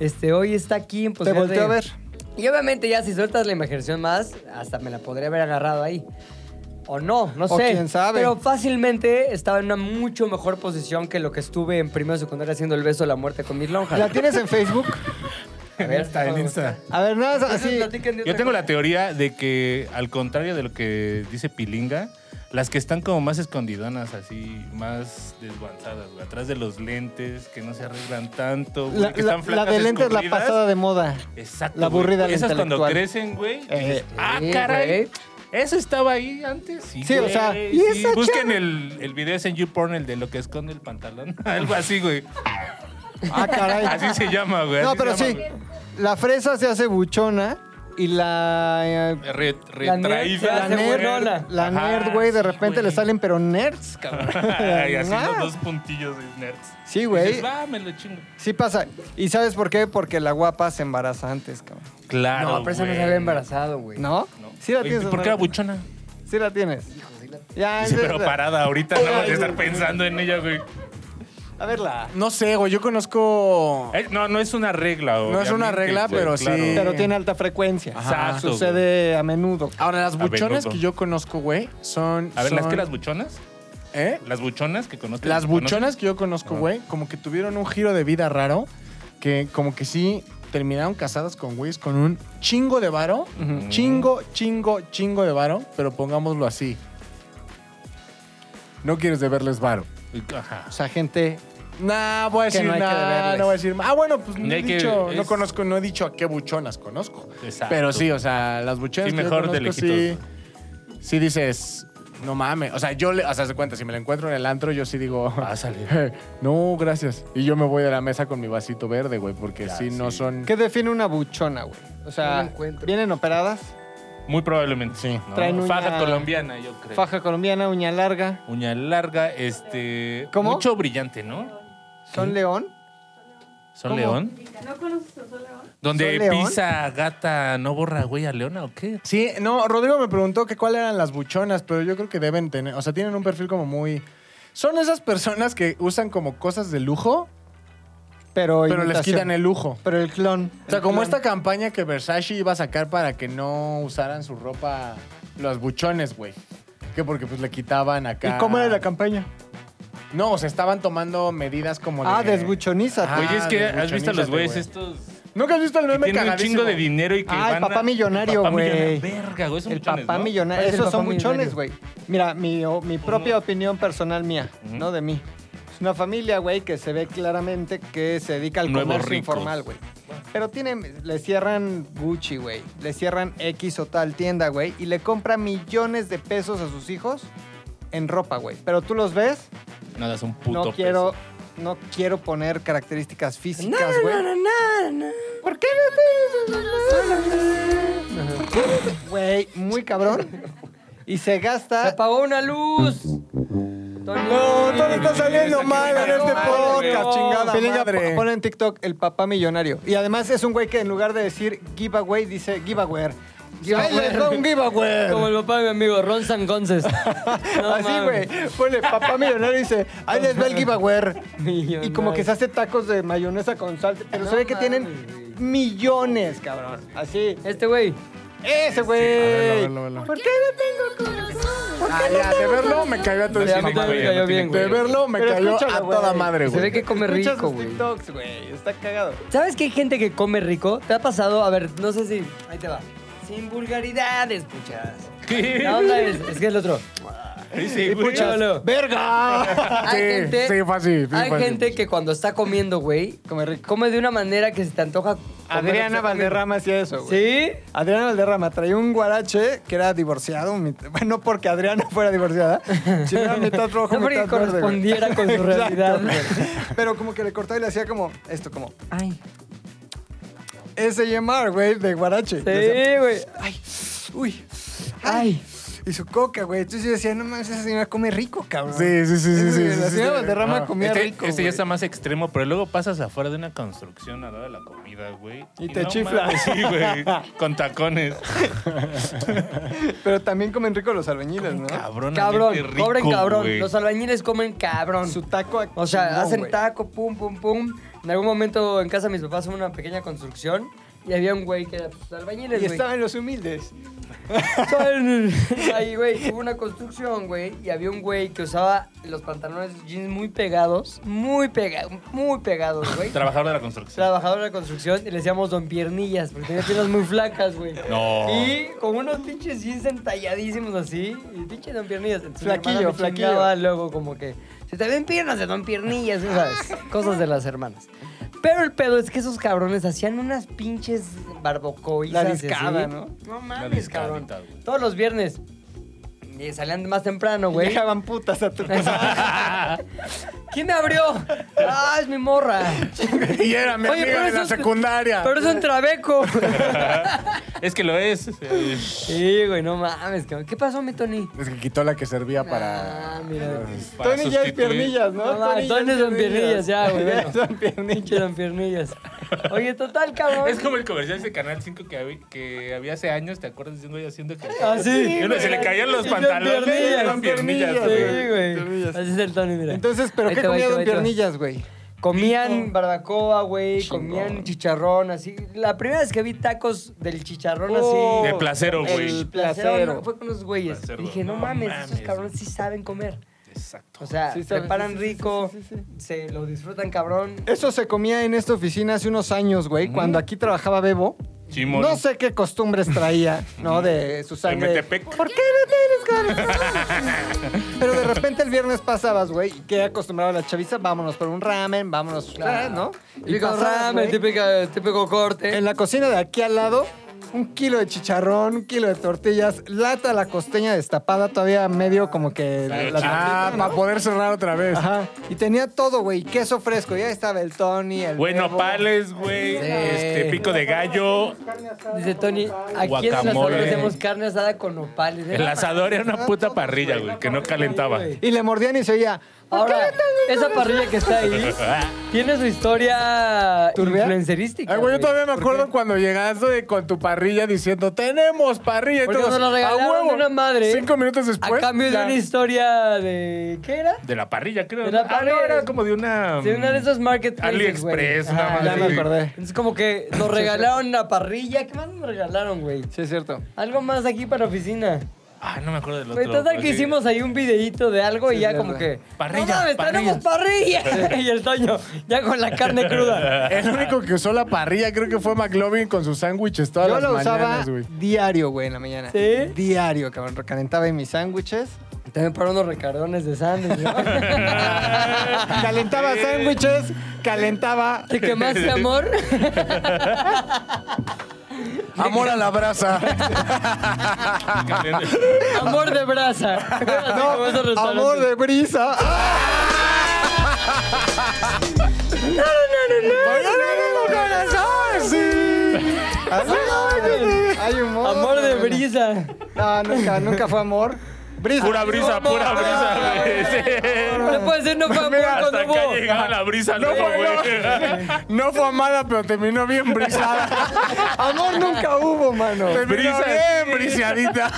este, hoy está aquí en Te posibilidad volteó a de- ver. y obviamente ya si sueltas la imaginación más, hasta me la podría haber agarrado ahí. O no, no O sé. quién sabe. Pero fácilmente estaba en una mucho mejor posición que lo que estuve en primero de secundaria haciendo el beso de la muerte con mis lonjas. ¿La tienes en Facebook? A ver, Está en Insta. A ver, nada, más así. Entonces, platiquen de Yo otra tengo cosa. la teoría de que, al contrario de lo que dice Pilinga, las que están como más escondidonas, así, más desguanzadas, güey, atrás de los lentes, que no se arreglan tanto, güey, La, que la- están flacas, la de lentes la escurridas. pasada de moda. Exacto. la güey. aburrida, la Esas cuando intelectual. crecen, güey. Eh, dices, ah, sí, caray. güey. Eso estaba ahí antes. Sí, Sí, o güey, sea, ¿y sí. esa Busquen chava? el, el video ese en YouPorn, el de lo que esconde el pantalón. [laughs] Algo así, güey. Ah, caray. [laughs] Así se llama, güey. No, así pero se sí. llama, La fresa se hace buchona y la. eh, güey. Re- La nerd se retraída. la hace nerd, buenona. la Ajá, nerd, güey, de sí, repente güey. le salen, pero nerds, cabrón. [laughs] Ay, así Ah, los dos puntillos de nerds. Sí, güey. Dices, va, me lo chingo. Sí pasa. ¿Y sabes por qué? Porque la guapa se embaraza antes, cabrón. Claro. No, pero esa no se había embarazado, güey. ¿No? No. Sí la Oye, tienes. ¿Por qué la Omar. buchona? Sí la tienes. Ya, Dice, es- pero parada, ahorita no vas a estar pensando en ella, güey. A verla. No sé, güey. Yo conozco. Eh, No, no es una regla, No es una obviamente, regla, güey, pero claro. sí. Pero tiene alta frecuencia. Ajá. Exacto, Sucede a menudo. Ahora, las A ver, buchonas loco. que yo conozco, güey, son. A ver, ¿las son- que las buchonas? ¿Eh? Las buchonas que conozco. Las buchonas que yo Ah. conozco, güey, como que tuvieron un giro de vida raro, que como que sí terminaron casadas con güeyes con un chingo de varo, chingo, chingo, chingo de varo, pero pongámoslo así. No quieres deberles varo. Ajá. O sea, gente. Nah, voy a Que decir no hay que nada, deberles. no voy a decir Ah, bueno, pues no No he hay que- dicho, no es- conozco, no he dicho a qué buchonas conozco. Exacto. Pero sí, o sea, las buchonas Sí, que yo mejor de conozco, sí, lejitos. sí dices, no mames. O sea, yo, le, o sea, se cuenta, si me la encuentro en el antro, yo sí digo, Pásale. Eh, [laughs] No, gracias. Y yo me voy de la mesa con mi vasito verde, güey, porque Ya, si no sí. son. ¿Qué define una buchona, güey? O No sea, la encuentro. vienen operadas, Muy probablemente. Sí. ¿no? Traen uña- Faja colombiana, yo creo. faja colombiana, uña larga, Uña larga, este. ¿Cómo? Mucho brillante, ¿no? son león. ¿Son ¿Cómo? león? ¿No conoces a Sol León? ¿Donde ¿Son león? pisa gata no borra güey a leona o qué? Sí, no, Rodrigo me preguntó que cuáles eran las buchonas, pero yo creo que deben tener. O sea, tienen un perfil como muy. Son esas personas que usan como cosas de lujo, Pero, pero les imitación. quitan el lujo. Pero el clon. O sea, el como clon. esta campaña que Versace iba a sacar para que no usaran su ropa los buchones, güey. Que porque pues le quitaban acá. ¿Y cómo era la campaña? No, o sea, estaban tomando medidas como Ah, de. desbuchonízate. Ah, Güey, es que de has visto a buchonízate, los güeyes güey. estos. ¿Nunca has visto el Que meme tienen un cagadísimo? chingo de dinero y que Ah, el van a- papá millonario, papá güey. millonario. Verga, güey, son El buchones, papá ¿no? millonario. Parece el Esos papá son buchones, millonario. güey. Mira, mi, o- mi propia opinión personal mía, Ujú. no de mí. Es una familia, güey, que se ve claramente que se dedica al Nuevos comercio ricos. informal, güey. Pero tienen, le cierran Gucci, güey. Le cierran X o tal tienda, güey. Y le compra millones de pesos a sus hijos en ropa, güey. Pero tú los ves, Nada, es un puto. no quiero... No quiero poner características físicas, No, güey. no, no, no, no. ¿Por qué no te- Güey, muy cabrón. Y se Se gasta. apagó una luz. Tony. No, todo está saliendo mal en este Madre, podcast, güey. chingada Pilinga, madre. po- Pon en TikTok el papá millonario. Y además es un güey que en lugar de decir giveaway, dice giveaway. ¡Ay, les da un giveaway! Como el papá de mi amigo Ron [laughs] Sangonces. [laughs] Así, güey. Ponle papá millonario y dice, ahí les va el giveaway. Millonario. Y como que se hace tacos de mayonesa con sal. Pero No se ve que tienen mames, güey. millones, cabrón. Así. Este güey. Ese verlo, güey. verlo, verlo. ¿Por qué no tengo corazón? Ah, ya, de verlo me cayó a todo Ya, ese a mí madre. también me cayó bien, De güey. verlo me Pero cayó a escúchalo, güey. toda madre, Se ve güey. que come Escucha rico, sus güey. TikToks, güey. Está cagado. ¿Sabes que hay gente que come rico? ¿Te ha pasado? A ver, no sé si. Ahí te va. Sin vulgaridades, puchas. ¿Qué? La onda es. Es que es el otro. [laughs] Sí, güey. Cholo. ¡Verga! Hay gente, sí, fácil. sí, hay fácil. gente que cuando está comiendo, güey, Come rico. come de una manera que se te antoja. comer Adriana lo que está Valderrama hacía eso, comiendo. güey. ¿Sí? Adriana Valderrama traía un guarache que era divorciado. mi- Bueno, no porque Adriana [laughs] fuera divorciada, sino [laughs] era mitad rojo, No porque mitad verde, güey. correspondiera con su [laughs] realidad, güey. güey. Pero como que le cortaba y le hacía como esto, como Ay. SMR, güey, de guarache. Le hacía, Sí, güey. Ay, uy, Ay. y su coca, güey. Entonces yo decía, no mames, esa señora come rico, cabrón. Sí, sí, sí, sí, Esa- sí, sí, La sí, señora sí. Valderrama Ah. comía Este, rico. este güey. ya está más extremo, pero luego pasas afuera de una construcción a la hora de la comida, güey. Y te chifla. mames, Sí, [laughs] güey. Con tacones. Pero también comen rico los albañiles, ¿no? Cabrón. Cabrón, rico, cobren cabrón. güey. Los albañiles comen cabrón. Su taco O sea, chingón, hacen güey. taco, pum, pum, pum. En algún momento en casa de mis papás hubo una pequeña construcción y había un güey que era pues, albañiles, Y güey. [laughs] estaban los humildes. Son- Ahí, güey, hubo una construcción, güey, y había un güey que usaba los pantalones jeans muy pegados, muy pegados, muy pegados, güey. Trabajador de la construcción. Trabajador de la construcción y le decíamos don piernillas, porque tenía piernas muy flacas, güey. No. Y con unos pinches jeans entalladísimos así, y pinche don piernillas. Entonces, mi Flaquillo, hermana me flaquillo. chingaba luego como que, se te ven piernas de don piernillas, esas cosas de las hermanas. Pero el pedo es que esos cabrones hacían unas pinches barbacoizas. La y así. discada, ¿no? No La mames, cabrón. discadita, güey. Todos los viernes. eh, salían más temprano, [laughs] güey. [laughs] Dejaban putas a tu ¿Quién me [laughs] abrió? Ah, es mi morra. Y era mi Oye, amiga pero de la eso- secundaria. Pero es un [laughs] trabeco. Es que lo es. eh, Sí, güey, no mames, cabrón. ¿Qué pasó, mi Tony? Es que quitó la que servía para... Ah, mira. [laughs] Para Tony ya es sustituir. piernillas, ¿no? No, va, Tony son piernillas ya, güey, [laughs] Ya bueno. son Pinche piernillas. don piernillas. Oye, total, cabrón. Es como el comercial de Canal 5 que, hab- que había hace años, ¿te acuerdas de un güey haciendo que... Ah, sí. Y uno se le caían los Y don pantalones. Piernillas. Eran piernillas, Sí, Don güey. güey. Piernillas. Así es el Tony, mira. Entonces, ¿pero Ahí qué te va, ahí comía te va, don ahí te va. piernillas, güey? Comían barbacoa, güey. Chingón. Comían chicharrón, así. La primera vez que vi tacos del chicharrón, Oh. así. De placero, güey. El Placero. placero. Fue con los güeyes. Placero. Y dije, no, No mames, mames, esos cabrones sí saben comer. Exacto. O sea, Sí saben, preparan sí, sí, sí, rico, sí, sí, sí. se lo disfrutan cabrón. Eso se comía en esta oficina hace unos años, güey, cuando aquí trabajaba Bebo. Chimón. No sé qué costumbres traía, ¿no? De su De sangre. Metepec. ¿Por qué no tienes corazón? [laughs] Pero de repente el viernes pasabas, güey, y que acostumbraba la chaviza, vámonos por un ramen, vámonos, Claro. ¿no? Y Típico pasabas, ramen, güey, típica- típico corte. En la cocina de aquí al lado, un kilo de chicharrón, un kilo de tortillas, lata la costeña destapada, todavía medio como que... Claro, la- la- Ah, para poder cerrar otra vez. Ajá. Y tenía todo, güey, queso fresco, ya estaba el Tony, el... Güey, Bebo. nopales, güey. Este, pico de gallo. Dice Tony, aquí en el asador Guacamole. hacemos carne asada con nopales. ¿eh?". El asador era una puta parrilla, güey, que no calentaba. Y le mordían y se oía... "¿Por qué Ahora, le tengo el esa corazón?" parrilla que está ahí [laughs] tiene su historia ¿Turbia? influencerística. Ay, güey, yo güey. todavía me acuerdo cuando llegaste de- con tu parrilla diciendo, tenemos parrilla. y Porque todos, nos la "A regalaron huevo". de una madre. Cinco minutos después. a cambio ya. de una historia de... ¿Qué era? De la parrilla, creo. De la Ah, parrilla. no, era como de una. De una de esos marketplaces, güey. Mm. AliExpress, Ajá, una madre Ya me así. acordé. Entonces como que nos regalaron una parrilla. ¿Qué más nos regalaron, güey? Sí, es cierto. Algo más aquí para oficina. Ah, no me acuerdo del otro. Güey, total pero que sí. Pues hicimos ahí un videíto de algo Sí, y es ya verdad. como que... Parrilla, ¡No mames, tenemos parrilla! [laughs] y el Toño, ya con la carne cruda. El único que usó la parrilla creo que fue McLovin con sus sándwiches todas Yo las la usaba mañanas, güey. diario, güey, en la mañana. ¿Sí? Diario, cabrón. Recalentaba en mis sándwiches. También para unos recardones de sándwich, [laughs] ¿no? Ah, calentaba sándwiches, calentaba. ¿Te quemaste, amor? Amor a la brasa. amor de brasa. Así como esos No, restaurantes. amor de brisa. [laughs] ¡Ah! Así, Hay humor. Amor de cabrón. brisa. No, nunca, nunca fue amor. Brisa. Pura brisa, pura brisa, güey. Sí. No puede ser, no fue amor cuando Hasta acá hubo. llegaba la brisa, no, fue, [laughs] güey. No fue amada, pero terminó bien brisada. Amor nunca hubo, mano. Terminó Brisa, bien briseadita.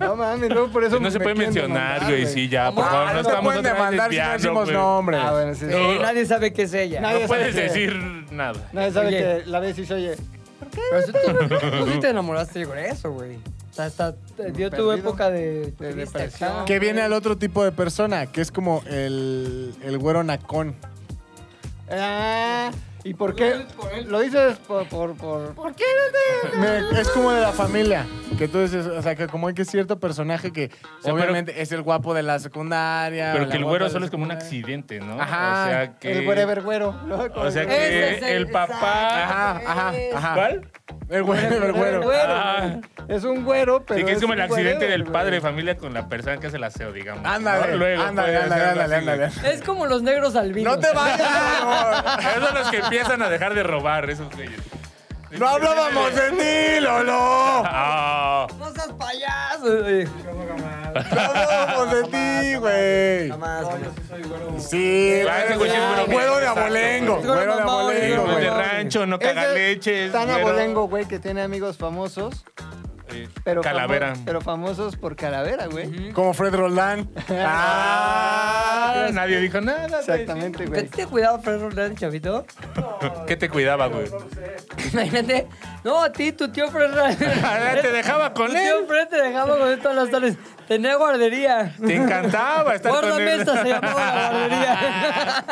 No mames, luego por eso No se me puede quieren mencionar, demandar, güey, sí, ya. Por Amor, Ah, favor, no no te estamos pueden otra vez demandar si no desviando, decimos güey. nombres. Ah, bueno, sí. Eh, nadie sabe Ah, qué es ella. Nadie- No sabe puedes qué. decir nada. Nadie sabe Oye. que la vez sí se oye. Pero tú, te- tú sí te enamoraste con eso, güey. O sea, hasta te dio tu Perdido. época de, De turista depresión. acá. Que viene al otro tipo de persona, que es como el, el güero nacón. Ah, ¿Y por qué? Lo dices por... por, por- ¿Por qué no te.? Me- es como de la familia. Que tú dices, o sea, que como hay que cierto personaje que O sea, obviamente es el guapo de la secundaria. o Pero la que el guapa güero de la solo es como un secundaria. accidente, ¿no? Ajá, O sea que. El wherever güero. ¿no? O sea Ese que es el, el- papá. exacto. Ajá, ajá. ¿Cuál? El güero, el Wherever güero. güero. Ah. Es un güero, pero... Sí, que es como un el accidente wherever del padre de [laughs] güero. familia con la persona que hace el aseo, digamos. Ándale, ¿no? Luego ándale, podría ándale, hacerlo ándale, así, ándale. Es como los negros albinos. No te vayas, güey. [laughs] Esos son los que empiezan a dejar de robar, esos güeyes. No hablábamos de ti, Lolo. Ah. No seas payaso. eh. [laughs] No hablábamos de ti, güey. Jamás, jamás. Sí, Ah, ese güey, güey es güero, güero de exacto, abolengo. güey. Güero de Mamá, Sí, abolengo, güey. güey, de güey. rancho, [laughs] no Ese caga leches. Tan güero. abolengo, güey, que tiene amigos famosos. Eh, Pero Calavera. famo- pero famosos por calavera, güey. Como Fred Roldán. Ah, Ah, nadie dijo nada. güey. Exactamente, ¿A ti güey. te cuidaba Fred Roldán, chavito? [laughs] ¿Qué te cuidaba, güey? Imagínate. No, a ti, tu tío Fred [laughs] Roldán. Te dejaba Tu con tío él. Fred te dejaba con él todas las tardes. Tenía guardería. Te encantaba estar Gordo con él. Mesa se llamaba la [laughs] guardería.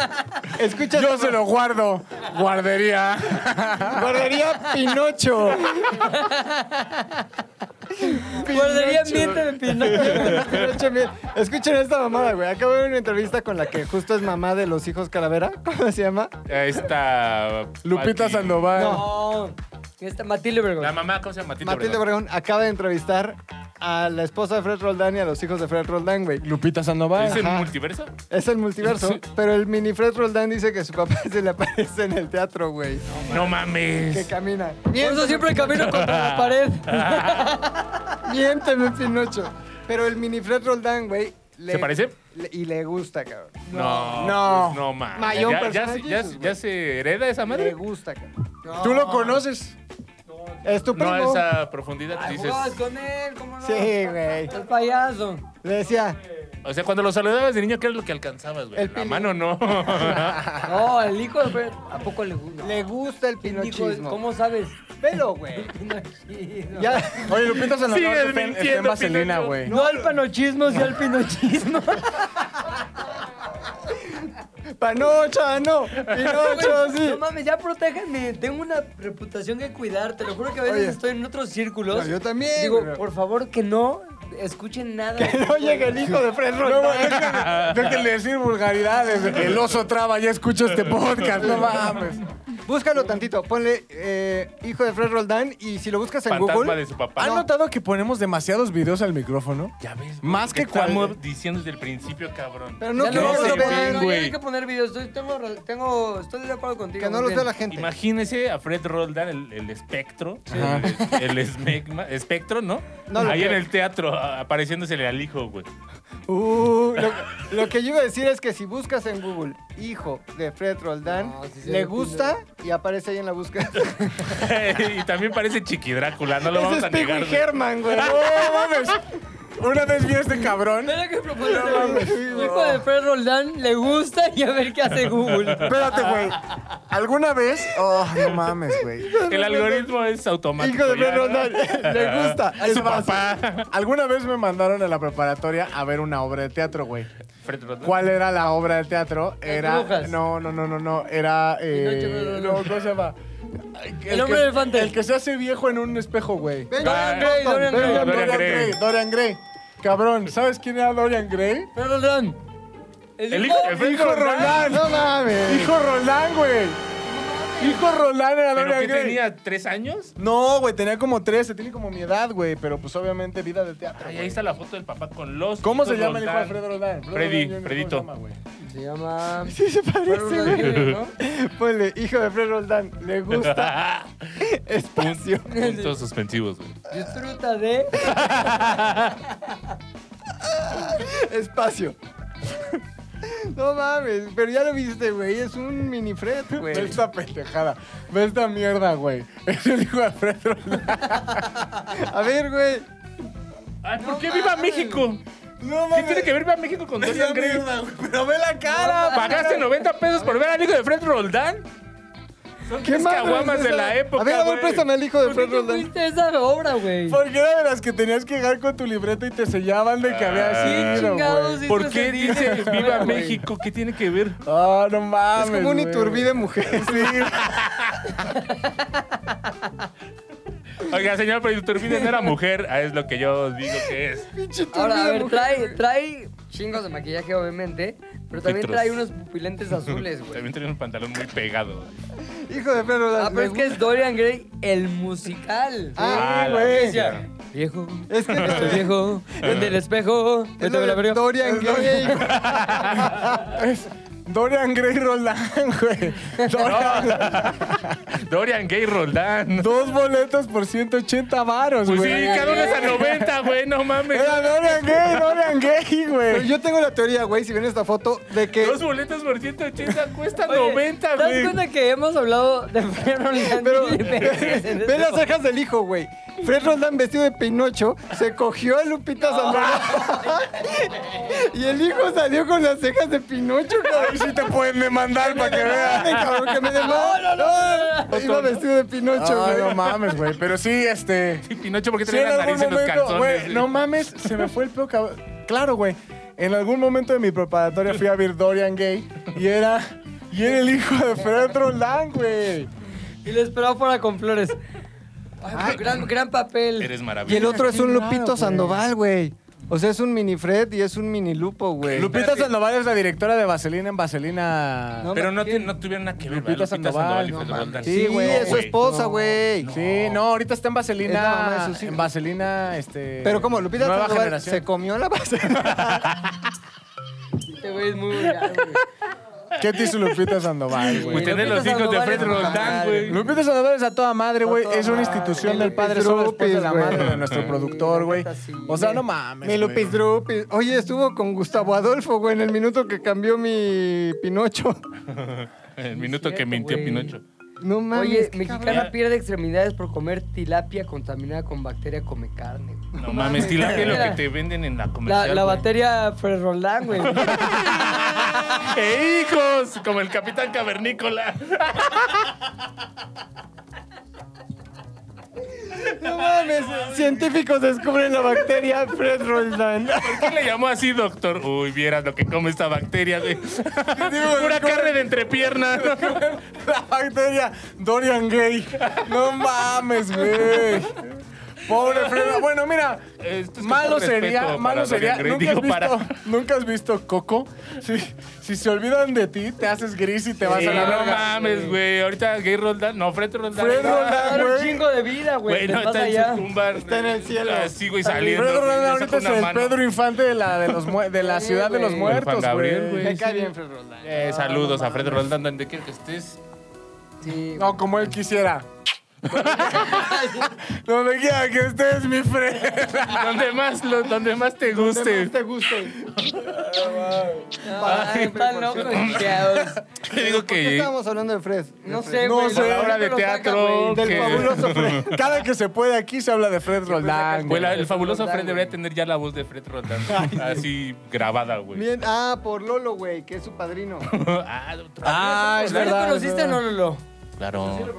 Escucha, yo se lo guardo. Guardería. guardería Pinocho. guardería ambiente de Pinocho. Escuchen bien. Escuchen esta mamada, güey. Acabo de ver una entrevista con la que justo es mamá de los hijos Calavera. [laughs] ¿Cómo se llama? Esta. Lupita Pati- Sandoval. No. Esta Matilde La Obregón. mamá, ¿cómo se llama? Matita Matilde Obregón. Obregón acaba de entrevistar a la esposa de Fred Roldán y a los hijos de Fred Roldán, güey. Lupita Sandoval. ¿Es el Ajá. multiverso? Es el multiverso, pero el mini Fred Roldán dice que su papá [laughs] se le aparece en el teatro, güey. No Que mames. camina. Por eso siempre camino [laughs] contra la pared. Ah, Miénteme, Pinocho. Pero el mini Fred Roldán, güey. le- ¿Se parece? le- y le gusta, cabrón. No. No. pues no mames. Mayor ¿Ya, ya, se- personaje, ya, Jesus, ya se hereda esa Le madre? gusta, cabrón. ¿Tú lo conoces? Es tu primo. No a esa profundidad que Ay, dices. jugabas con él, ¿cómo no? Sí, güey. El payaso. Le decía, O sea, cuando lo saludabas de niño, ¿qué era lo que alcanzabas, güey? El La pili. mano [laughs] no. No, el hijo de Fred. ¿A poco le gusta? le gusta el ¿Quién dijo? pinochismo. ¿Cómo sabes? Velo, güey. Pinochismo. Ya. [laughs] Oye, Lupita Sandoval Sigues está en- está en mintiendo, vaselina, [laughs] Pinocho. güey. No al panochismo, sí al [laughs] pinochismo. Panocha, [laughs] no. Pinocho, sí. No mames, ya protéjanme. Tengo una reputación que cuidar. Te lo juro que a veces Oye. estoy en otros círculos. No, yo también, Digo, pero- por favor, que no escuchen nada. No llega el hijo de Fred Roldán. Déjenle decir vulgaridades. El oso traba, ya escucho este podcast. No mames. Búscalo tantito. Ponle eh, hijo de Fred Roldán y si lo buscas en [laughs] Fantasma Google. Ah, de su papá. ¿Han notado que ponemos demasiados videos al micrófono? Ya ves. güey, Más te que cuando... Estamos diciendo desde el principio, cabrón. Pero no Ya quiero no, que lo no, ese no, vean. ya güey. hay que poner videos. Estoy, tengo, tengo- estoy de acuerdo contigo. Que no más los bien. vea la gente. Imagínese a Fred Roldán, el, el espectro, Ajá. el, el esmegma- espectro, ¿no? No lo Ahí en creo. el teatro, a- apareciéndosele al hijo, güey. [laughs] Uh, lo, lo que yo iba a decir es que si buscas en Google hijo de Fred Roldán, No, sí se le ve gusta y aparece ahí en la [laughs] búsqueda. y también parece Chiqui Drácula, no lo Ese vamos es a Pico negar. y güey. Germán, güey. ¡No mames! Una vez vi a este cabrón. Mira [laughs] que propone. hijo de Fred Roldán le gusta y a ver qué hace [laughs] Google. Espérate, güey. ¿Alguna vez? Oh, no mames, güey. El algoritmo es automático. Hijo de ya, Fred ¿no? Roldán, le gusta. Es su papá. Alguna vez me mandaron a la preparatoria a ver una obra de teatro, güey. Fred Roldán. ¿Cuál era la obra de teatro? Era. brujas. No, no, no, no, no. Era. Eh, Pinocho, no, no, no, no. ¿Cómo se llama? que- El hombre elefante. El que se hace viejo en un espejo, güey. Ah, Dorian Gray, Dorian Gray. Dorian, Dorian Gray. Gray. Dorian Gray. Cabrón, ¿sabes quién era Dorian Gray? Fred Roldán. El hijo de Fred Roldán. Ah, No mames. Hijo Roland, güey. Hijo Roland era ¿Pero Dorian qué Gray. tenía? ¿Tres años? No, güey, tenía como 13, tiene como mi edad, güey, pero pues obviamente vida de teatro. Ay, güey. ahí está la foto del papá con los. ¿Cómo se hijos llama el hijo de Roldán. Alfredo [laughs] Roldán? Freddy, Fredito. Fredito. Se llama. Sí se Fred parece, Roldán güey. Jr., ¿no? Ponle hijo de Fred Roldán, le gusta. [laughs] Espacio. Puntos suspensivos, güey. Disfruta [laughs] de. Espacio. [laughs] No mames, pero ya lo viste, güey. Es un mini Fred, güey. Ve esta pendejada. Ve esta mierda, güey. [laughs] Es el hijo de Alfredo Roldán. A ver, güey. Ay, ¿por qué viva México? No ¿Qué tiene que ver viva México con Dorian Gray? mierda, güey. Pero ve la cara. ¿Pagaste 90 pesos por ver al hijo de Fred Roldán? Son ¿Qué tres madres caguamas es de esa? la época, A ver, a ver, güey. préstame al hijo de ¿Por qué Fred te Roldán. fuiste a esa obra, güey? Porque era de las que tenías que llegar con tu libreta y te sellaban de que Ah, había sido, chingados, güey. sí. ¿Por Hizo qué sentido dice después, Viva güey. México? ¿Qué tiene que ver? Ah, no mames. Es como un güey. Iturbide mujer. Oiga, señor, pero Iturbide no era mujer. Ah, es lo que yo digo que es. Pinche Iturbide Ahora, a ver, mujer. trae, trae chingos de maquillaje, obviamente, pero también Filtros. trae unos pupilentes azules, También [laughs] güey. tenía un pantalón muy pegado. Hijo de Fred Roldán. Ah, me pero es que es Dorian Gray, el musical. Ah, Ah, la güey. bestia. [laughs] Viejo, Es [laughs] que estoy viejo, en el espejo, es vete a lo la de verga. Dorian Gray. [laughs] Es Dorian Gray Roldán, [laughs] güey. Dorian- [laughs] Dorian Gay Roldán. Dos boletos por 180 varos, Pues sí, güey. cada uno es a 90, güey, no mames. Era Dorian Gray, Dorian Gray, Pero güey. yo tengo la teoría, güey, si ven esta foto, de que... Dos boletas por 180 cuesta Oye, 90, ¿Te das güey. cuenta que hemos hablado de Fred Roland [laughs] Pero- mil veces [laughs] en este Ve las cejas del hijo, güey. Fred Roldán vestido de Pinocho se cogió a Lupita Zambrano. [laughs] y el hijo salió con las cejas de Pinocho, Ahí sí te pueden demandar para que veas. Ay, cabrón, que me demanda. No, no, no. Iba vestido de Pinocho, Ah, güey. no mames, güey. Pero sí, este. Y Pinocho, ¿por qué Sí, en tenía la algún nariz en los momento, calzones? güey. No mames, se me fue el pelo cab- Claro, güey. En algún momento de mi preparatoria fui a ver Dorian Gay y era. Y era el hijo de Fred Roland, güey. Y lo esperaba fuera con flores. Ay, pero gran, gran papel. Eres Y el maravilloso. otro es un Qué raro, Lupito güey. Sandoval, güey. O sea, es un mini Fred y es un mini Lupo, güey. Lupita Sandoval es la directora de Vaselina en Vaselina. No, Pero no, te- no tuvieron nada que ver, Lupita ¿verdad? Lupita Sandoval, y Sandoval, Fred no Roldán. Sí, güey, no, es su güey. esposa, güey. Sí, no, ahorita está en Es la mamá Vaselina. de sus hijos. en Vaselina, este. Pero como Lupita nueva Sandoval generación. se comió la base. Este güey es muy vulgar, güey. ¿Qué te hizo Lupita Sandoval, güey? Pues tener los Lupita hijos de Sandoval Fred es una Roldán, madre. güey. Lupita Sandoval es a toda madre, güey. toda Es una madre. institución del padre Lupis solo después de la Drupis, güey. madre de nuestro Sí, productor, güey. neta, sí. O sea, no mames. Mi güey. Lupis Drupis. Oye, estuvo con Gustavo Adolfo, güey, en el minuto que cambió mi Pinocho. El minuto que Cierto, mintió güey. Pinocho. No mames. Oye, qué mexicana cabrón. pierde extremidades por comer tilapia contaminada con bacteria come carne. güey. No mames, tilapia es lo que Mira. te venden en la comercial. La, la güey. bacteria Ferrolán, güey. [laughs] ¡Eh, hijos! Como el Capitán Cavernícola. No mames. Científicos descubren la bacteria Fred [laughs] Roldán. ¿Por qué le llamó así, doctor? Uy, vieras lo que come esta bacteria, güey. [laughs] Pura carne de entrepierna. La [laughs] bacteria Dorian Gay. No mames, güey. Pobre Fred. Bueno, mira. Esto es malo con respeto sería, para malo sería. Dorian Gray, ¿Nunca, has digo, para- visto, ¿Nunca has visto Coco? Si, si se olvidan de ti, te haces gris y te vas Sí, a la no verga. mames, güey. Ahorita Gay Roldán. No, Fred Roldán. Fred No, Roldán. Dar un güey. chingo de vida, güey. [laughs] Güey, Te no, vas está en allá. su tumba. Está en el cielo. Así, güey, Fred saliendo. güey, Roland le ahorita saca es una el mano. Pedro Infante de la, de los mue- de la Sí, ciudad de los güey. muertos, Juan Gabriel, güey. güey. Me cae bien Fred Roldán. Eh, saludos a Fred Roldán, donde quiera que estés. [laughs] Sí, [laughs] No, como él quisiera. Donde quiera que estés, mi [laughs] Fred. Donde más, lo- donde más te Este- Donde guste. más te guste. no, ay, están locos, guiados. Te digo ¿Por qué que estábamos hablando de Fred? No sé, No güey. sé, la obra de teatro. Del que- fabuloso Fred. Cada que se puede aquí se habla de Fred Roldán. pues, güey, la- güey. el fabuloso Roldán, Fred debería güey. tener ya la voz de Fred [laughs] Roldán. Así grabada, güey. Bien, ah, por Lolo, güey, que es su padrino. [laughs] Ah, otra Ah, es ¿No lo verdad. conociste o es no, verdad. Lolo? vez. Claro.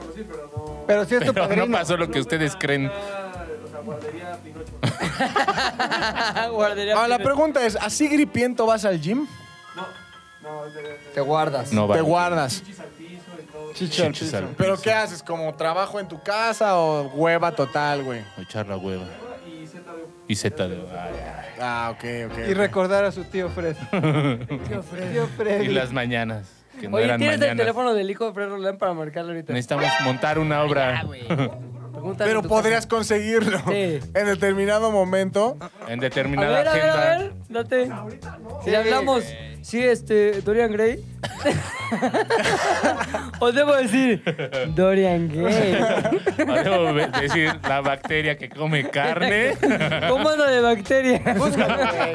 Pero sí es tu Pero padrino. [laughs] no pasó lo que ustedes creen. Guardería. [laughs] Ah, la Pinocho. pregunta es, ¿así gripiento vas al gym? Te guardas. No Te vale. guardas. Chicho. Chichis al- ¿Pero qué haces? ¿Como trabajo en tu casa o hueva total, güey? Echar la hueva. Y Z de. ay, Ah, ok, ok. Y recordar a su tío [laughs] Fred. tío Fred. Tío Fred. ay. Y las mañanas. Que no Oye, eran ¿tienes el mañanas. teléfono del hijo de Fred Roland para marcarle ahorita? Necesitamos montar una obra. Pregúntale Pero en tu casa. podrías conseguirlo Sí. en determinado momento. En A determinada ver, a ver, agenda. [laughs] a ver, date. Si Sí, hablamos, sí, este, Dorian [laughs] Gray. Os debo decir, Dorian Gray. Debo be- decir la bacteria que come carne. [laughs] [laughs] ¿Cómo anda de bacterias? Búscalo, güey.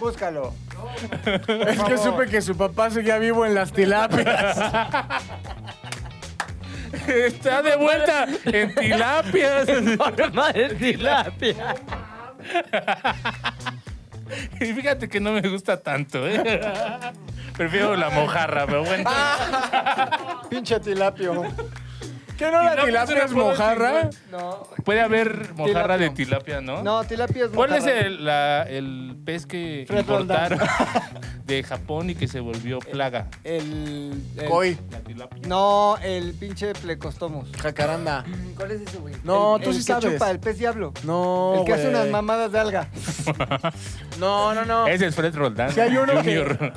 Búscalo. Es que supe que su papá seguía vivo en [laughs] las tilapias. Está de vuelta en tilapias. Forma de tilapia. Y fíjate que no [laughs] me gusta tanto, ¿eh? Prefiero la mojarra, pero bueno. Pinche tilapio. ¿Qué no la pues, Tilapio tilapia es es una cosa mojarra? chingona. No, Puede haber mojarra Tilapia. de tilapia, ¿no? no, tilapia es ¿Cuál es mojarra. el, la- el pez que Fred importaron [laughs] de Japón y que se volvió plaga? El, el- Koi, La tilapia. No, el pinche plecostomus. jacaranda. ¿Cuál es ese, güey? No, El- tú el sí que sabes. chupa, el pez diablo. No, el que hace güey. unas mamadas de alga. No, no, no. Ese es Fred Roldán. Sí, hay uno que- Junior.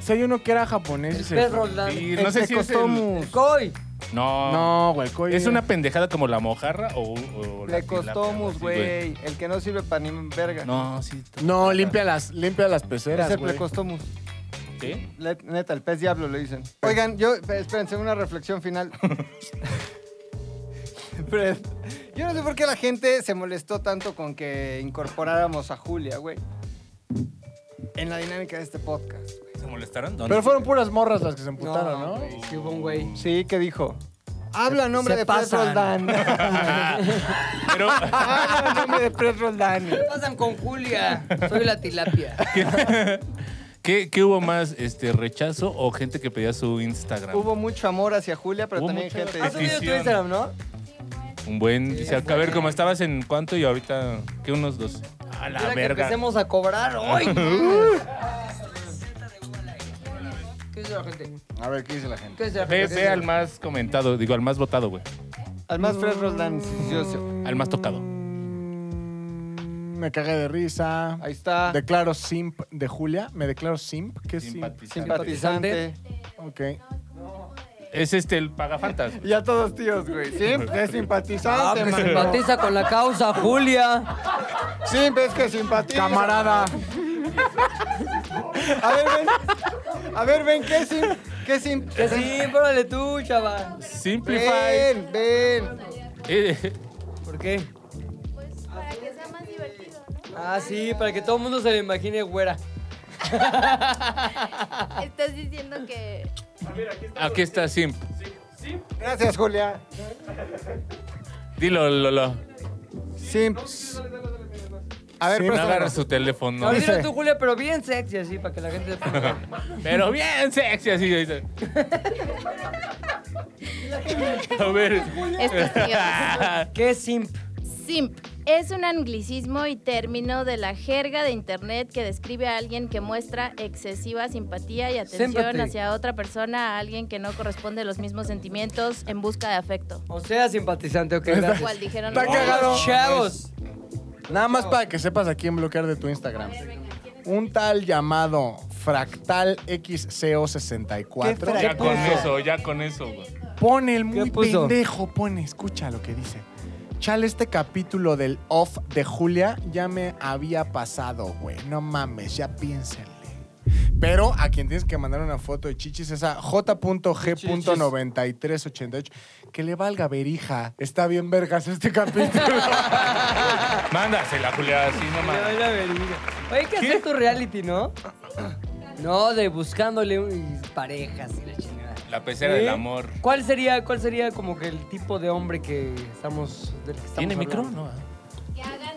Si hay uno que era japonés. El y se- perro Roldán. Sí, El no sé si es el... plecostomus. Coy. No. No, güey, el koi. ¿Es una pendejada como la mojarra o, o la tilapia, algo Plecostomus, así, güey. El que no sirve para ni verga. No, sí. No, limpia las, limpia las peceras, es el güey. plecostomus. ¿Qué? Le- Neta, el pez diablo le dicen. Oigan, yo, espérense, una reflexión final. Fred, yo no sé por qué la gente se molestó tanto con que incorporáramos a Julia, güey. En la dinámica de este podcast. güey. ¿Se molestaron? ¿Dónde? Pero fueron puras morras las que se emputaron, ¿no? güey, sí hubo un güey. Sí, ¿qué dijo? Habla en nombre se de Fred pasan. Roldán. Pero- Habla en nombre de Fred Roldán. ¿Qué pasan con Julia? Soy la [laughs] tilapia. [laughs] ¿Qué, qué hubo más? Este, ¿Rechazo o gente que pedía su Instagram? Hubo mucho amor hacia Julia, pero Hubo también mucha gente... Has subido tu Petición. Instagram, ¿no? Un buen. Sí, dice, a bueno. ver, ¿cómo estabas en cuánto? Y ahorita, ¿qué? Unos dos. A la Mira que verga. empecemos a cobrar [laughs] hoy. ¿Qué dice la gente? A ver, ¿qué dice la gente? ¿Qué dice la gente? Ve, ¿Qué ve dice? al más comentado, digo, al más votado, güey. Al más Fred Roldán. sí, sí, sí. Al más tocado. Me cagué de risa. Ahí está. Declaro simp de Julia. Me declaro simp. ¿Qué es simp? Simpatizante. Ok. Es este, el Pagafantas. güey. Ya todos tíos, güey. Siempre es Ah, simpatizante, pues mano. simpatiza con la causa, [laughs] Julia. Siempre es que simpatiza. Camarada. A ver, ven. A ver, ven, ¿qué es sim? ¿Qué es sim? Que sí, pórale tú, chaval. [laughs] Simplify. Ven, ven. Eh, ¿Por qué? Pues para que sea más divertido, ¿no? Ah, sí, para que todo el mundo se le imagine güera. [laughs] Estás diciendo que aquí está Simp. Gracias, Julia. Dilo, Lolo. Simp. A ver, No agarra préstame. su teléfono. No, dilo tú, Julia, pero bien sexy así, para que la gente... [laughs] se- Pero bien sexy, así. dice. A ver. estos [laughs] tíos. ¿Qué es simp? Simp es un anglicismo y término de la jerga de internet que describe a alguien que muestra excesiva simpatía y atención Sympathy. hacia otra persona, a alguien que no corresponde a los mismos sentimientos en busca de afecto. O sea, simpatizante, ok, gracias. Igual dijeron Está los- cagado. Chavos. Nada más para que sepas a quién bloquear de tu Instagram. Un tal llamado Fractal ¿Qué XCO64. fra- Ya con puso? eso, ya con eso, güey. Pone el ¿Qué muy puso? pendejo, pone, escucha lo que dice. Chale, este capítulo del off de Julia ya me había pasado, güey. No mames, ya piénsenle. Pero a quien tienes que mandar una foto de chichis es a j.g.9388. Que le valga verija. Está bien vergas este capítulo. Mándasela, Julia, así Me nomás. da la vergüenza. Oye, ¿qué hacer tu reality, [laughs] no? No, de buscándole un- parejas y la chingada. La pecera ¿Sí? del amor. ¿Cuál sería, ¿Cuál sería como que el tipo de hombre que estamos... del que estamos ¿Tiene micro? hablando? ¿eh? No. Que hagan...